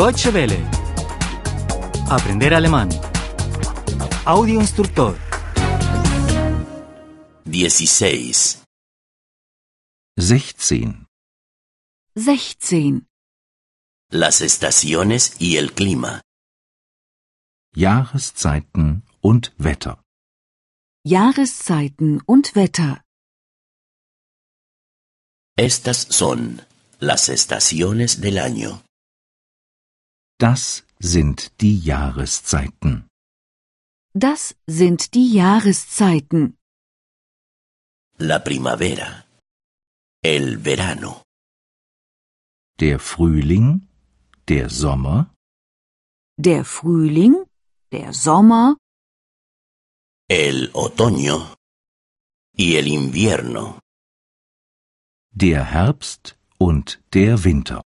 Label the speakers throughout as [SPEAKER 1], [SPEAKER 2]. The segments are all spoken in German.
[SPEAKER 1] Deutsche Welle. Aprender alemán. Audio instructor.
[SPEAKER 2] 16.
[SPEAKER 3] 16.
[SPEAKER 4] 16.
[SPEAKER 2] Las estaciones y el clima.
[SPEAKER 3] Jahreszeiten und Wetter.
[SPEAKER 4] Jahreszeiten und Wetter.
[SPEAKER 2] Estas son las estaciones del año.
[SPEAKER 3] Das sind die Jahreszeiten.
[SPEAKER 4] Das sind die Jahreszeiten.
[SPEAKER 2] La primavera. El verano.
[SPEAKER 3] Der Frühling, der Sommer,
[SPEAKER 4] Der Frühling, der Sommer,
[SPEAKER 2] El otoño. Y el invierno.
[SPEAKER 3] der Herbst und der Winter.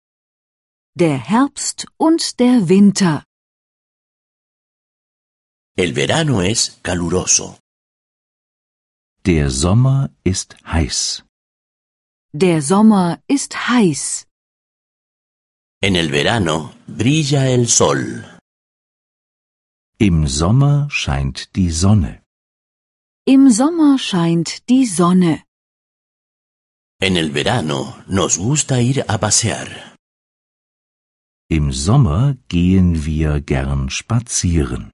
[SPEAKER 4] der Herbst und der Winter.
[SPEAKER 2] El verano es caluroso.
[SPEAKER 3] Der Sommer ist heiß.
[SPEAKER 4] Der Sommer ist heiß.
[SPEAKER 2] En el verano brilla el sol.
[SPEAKER 3] Im Sommer scheint die Sonne.
[SPEAKER 4] Im Sommer scheint die Sonne.
[SPEAKER 2] En el verano nos gusta ir a pasear.
[SPEAKER 3] Im Sommer gehen wir gern spazieren.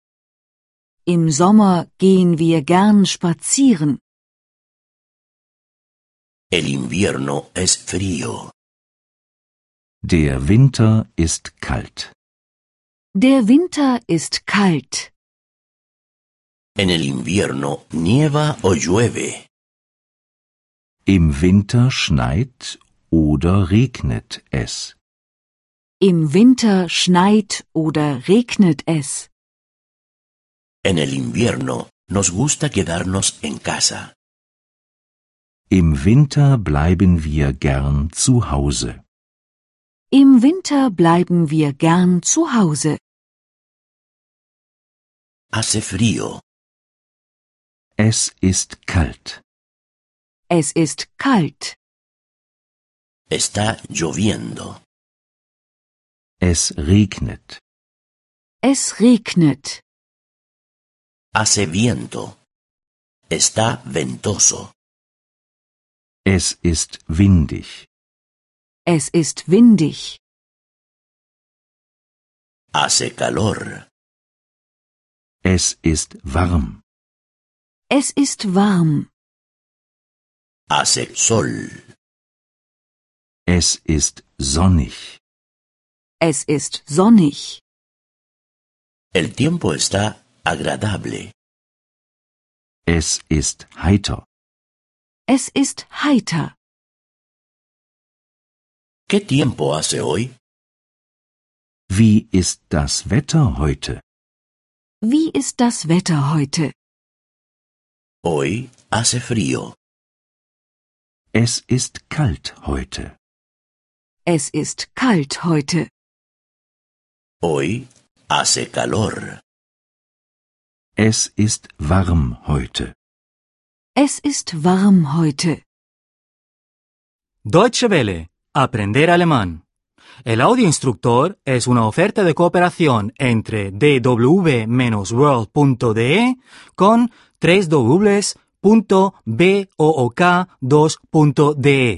[SPEAKER 4] Im Sommer gehen wir gern spazieren.
[SPEAKER 2] El invierno es frío.
[SPEAKER 3] Der Winter ist kalt.
[SPEAKER 4] Der Winter ist kalt.
[SPEAKER 2] En el invierno nieva o llueve.
[SPEAKER 3] Im Winter schneit oder regnet es.
[SPEAKER 4] Im Winter schneit oder regnet es.
[SPEAKER 2] En el invierno nos gusta quedarnos en casa.
[SPEAKER 3] Im Winter bleiben wir gern zu Hause.
[SPEAKER 4] Im Winter bleiben wir gern zu Hause.
[SPEAKER 2] Hace frío.
[SPEAKER 3] Es ist kalt.
[SPEAKER 4] Es ist kalt.
[SPEAKER 2] Está lloviendo.
[SPEAKER 3] Es regnet.
[SPEAKER 4] Es regnet.
[SPEAKER 2] Hace viento. Está ventoso.
[SPEAKER 3] Es ist windig.
[SPEAKER 4] Es ist windig.
[SPEAKER 2] Hace calor.
[SPEAKER 3] Es ist warm.
[SPEAKER 4] Es ist warm.
[SPEAKER 2] Hace sol.
[SPEAKER 3] Es ist sonnig.
[SPEAKER 4] Es ist sonnig.
[SPEAKER 2] El tiempo está agradable.
[SPEAKER 3] Es ist heiter.
[SPEAKER 4] Es ist heiter.
[SPEAKER 2] ¿Qué tiempo hace hoy?
[SPEAKER 3] Wie ist das Wetter heute?
[SPEAKER 4] Wie ist das Wetter heute?
[SPEAKER 2] Hoy hace frío.
[SPEAKER 3] Es ist kalt heute.
[SPEAKER 4] Es ist kalt heute.
[SPEAKER 2] Hoy hace calor.
[SPEAKER 3] Es ist warm heute.
[SPEAKER 4] Es ist warm heute.
[SPEAKER 1] Deutsche Welle. Aprender alemán. El audio instructor es una oferta de cooperación entre dw-world.de con 3 2de